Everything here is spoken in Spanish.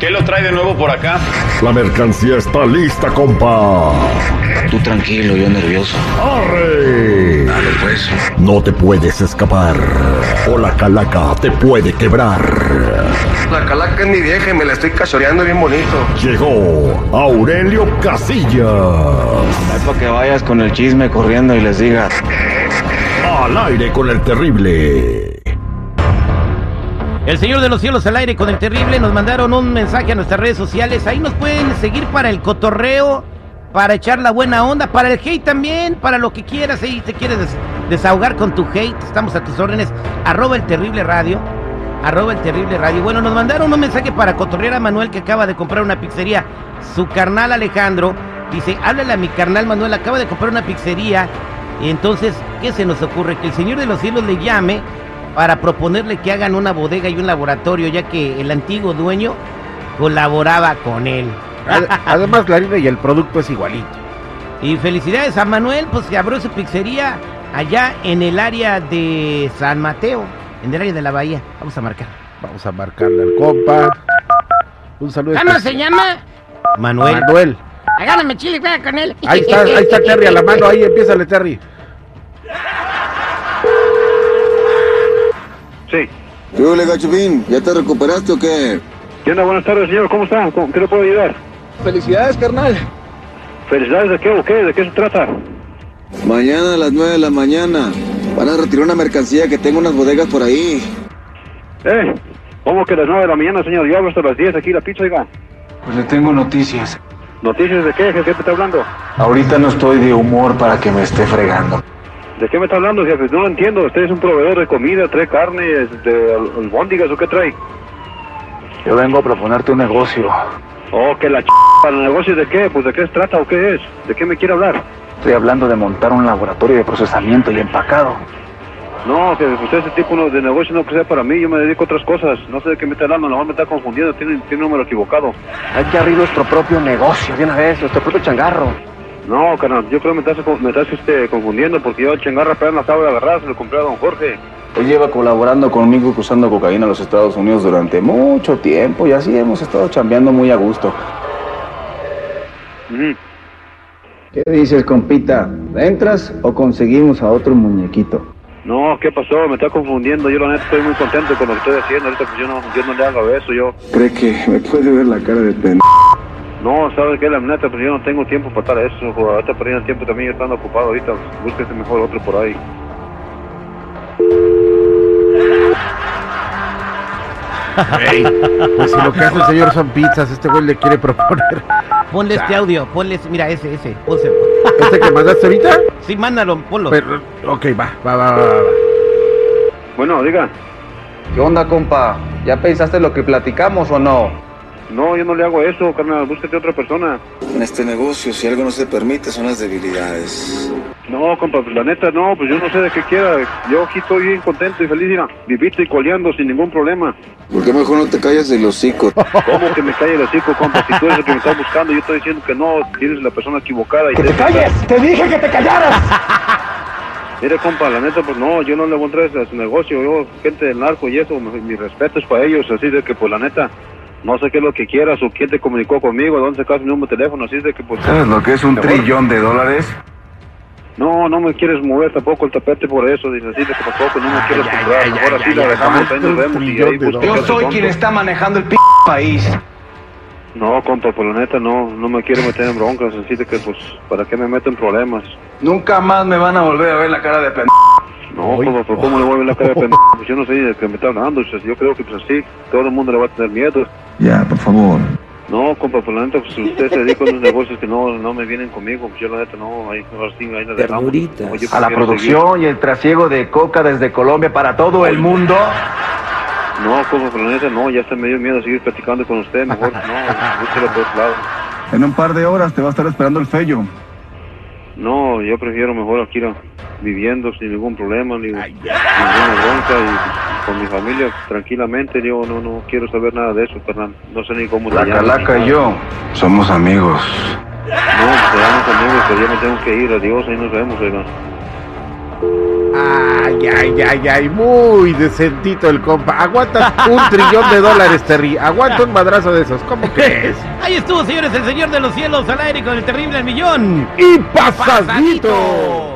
¿Qué lo trae de nuevo por acá? La mercancía está lista, compa. Tú tranquilo, yo nervioso. ¡Arre! Dale pues. No te puedes escapar. O la calaca te puede quebrar. La calaca es mi vieja y me la estoy cachoreando bien bonito. Llegó Aurelio Casillas. No es para que vayas con el chisme corriendo y les digas. Al aire con el terrible. El Señor de los Cielos al aire con el terrible nos mandaron un mensaje a nuestras redes sociales. Ahí nos pueden seguir para el cotorreo, para echar la buena onda, para el hate también, para lo que quieras. Ahí te quieres des- desahogar con tu hate, estamos a tus órdenes. Arroba el terrible radio. Arroba el terrible radio. Bueno, nos mandaron un mensaje para cotorrear a Manuel que acaba de comprar una pizzería. Su carnal Alejandro dice, háblale a mi carnal Manuel, acaba de comprar una pizzería. Y entonces, ¿qué se nos ocurre? Que el Señor de los Cielos le llame para proponerle que hagan una bodega y un laboratorio, ya que el antiguo dueño colaboraba con él. Ad- Además, la harina y el producto es igualito. Y felicidades a Manuel, pues que abrió su pizzería allá en el área de San Mateo, en el área de la bahía. Vamos a marcar. Vamos a marcarle al compa. Un saludo. ¿Cómo se especial. llama? Manuel. Manuel. Agárrame chile y juega con él. Ahí está, ahí está Terry a la mano. Ahí empiezale, Terry. Sí. ¿Qué huele, Gachupín? ¿Ya te recuperaste o qué? ¿Qué onda? Buenas tardes, señor. ¿Cómo está? ¿Cómo- ¿Qué le puedo ayudar? Felicidades, carnal. ¿Felicidades de qué o qué? ¿De qué se trata? Mañana a las 9 de la mañana van a retirar una mercancía que tengo unas bodegas por ahí. ¿Eh? ¿Cómo que a las 9 de la mañana, señor? Yo hablo hasta las 10 aquí, la pizza, oiga. Pues le tengo noticias. ¿Noticias de qué? ¿Qué me está hablando? Ahorita no estoy de humor para que me esté fregando. ¿De qué me está hablando, jefe? No lo entiendo. Usted es un proveedor de comida, trae carne, de al- albóndigas o qué trae. Yo vengo a proponerte un negocio. Oh, que la ch... ¿Para el negocio de qué? Pues de qué se trata o qué es? ¿De qué me quiere hablar? Estoy hablando de montar un laboratorio de procesamiento y empacado. No, jefe, pues ese tipo no- de negocio no que sea para mí. Yo me dedico a otras cosas. No sé de qué me está hablando. Nomás me está confundiendo. Tiene, tiene un número equivocado. Hay que abrir nuestro propio negocio de una vez, nuestro propio changarro. No, carnal, yo creo que me estás, me estás este, confundiendo porque yo el chengarra apenas lo acabo de agarrar, se lo compré a don Jorge. Él lleva colaborando conmigo cruzando cocaína a los Estados Unidos durante mucho tiempo y así hemos estado chambeando muy a gusto. Ujú. ¿Qué dices, compita? ¿Entras o conseguimos a otro muñequito? No, ¿qué pasó? Me está confundiendo. Yo, la neta, estoy muy contento con lo que estoy haciendo. Ahorita, pues yo no, yo no le hago eso. Yo, ¿Cree que me puede ver la cara de pendejo? no, ¿sabes qué? La neta, pues yo no tengo tiempo para estar eso. jo, Ahorita perdiendo el tiempo también, yo estando ocupado ahorita. pues, Búsquese mejor otro por ahí. Pues si lo que hace el señor son pizzas, este güey le quiere proponer. Ponle este audio, ponle, ese- mira, ese, ese, pónselo. ¿Este que mandaste ahorita? Sí, mándalo, ponlo. Pero, ok, va, va, va, va. va. Bueno, diga. ¿Qué onda, compa? ¿Ya pensaste lo que platicamos o no? No, yo no le hago eso, carnal. Búsquete otra persona. En este negocio, si algo no se permite, son las debilidades. No, compa, pues la neta, no, pues yo no sé de qué quiera. Yo aquí estoy bien contento y feliz, mira, vivito y coleando sin ningún problema. ¿Por qué mejor no te callas el hocico? ¿Cómo que me calle el hocico, compa? Si tú eres el que me estás buscando, yo estoy diciendo que no, tienes la persona equivocada. Y ¡Que te calles! ¡Te dije que te callaras! Mire, compa, la neta, pues no, yo no le voy a entrar a su negocio. Yo, gente del narco y eso, mi, mi respeto es para ellos. Así de que, pues la neta, no sé qué es lo que quieras o quién te comunicó conmigo, dónde sacas mi número de teléfono. Así de que, pues. ¿Sabes lo que es un Mejor. trillón de dólares? No, no me quieres mover tampoco el tapete por eso. Dice así de que pues, tampoco, no me quieres comprar. Ahora sí la dejamos, ahí nos vemos. Y ahí busca otro compa. está manejando el p país. No, compa, pues la neta no, no me quiero meter en broncas, así de que pues, ¿para qué me meto en problemas? Nunca más me van a volver a ver la cara de pendejo. No, Ay. compa, pues ¿cómo le voy a ver la cara de pendejo? Pues yo no sé de qué me está hablando, o sea, yo creo que pues así, todo el mundo le va a tener miedo. Ya, por favor. No, compa, pues la neta, pues usted se dedica a unos negocios que no, no me vienen conmigo, pues yo la neta no, ahí, ahora sí, ahí la dejamos. No, yo A la prefiero producción y el trasiego de coca desde Colombia para todo el mundo. seguir- No, compa, pues la neta no, ya está medio miedo seguir platicando con usted, mejor no, búsquelo por otro lado. En un par de horas te va a estar esperando el fello. No, yo prefiero mejor aquí la- viviendo sin ningún problema, ni ninguna bronca y con mi familia tranquilamente. Yo no, no quiero saber nada de eso, carnal. No sé ni cómo te La llamas, calaca ni y yo somos amigos. nada. No, pues, te llamas conmigo, pero yo me tengo que ir. Adiós, ahí nos vemos, oiga. Ay, ay, ay, ay, muy decentito el compa. Aguanta un trillón de dólares, Terry. Aguanta un madrazo de esos. ¿Cómo crees? Ahí estuvo, señores, el señor de los cielos al aire con el terrible al millón. Y pasadito.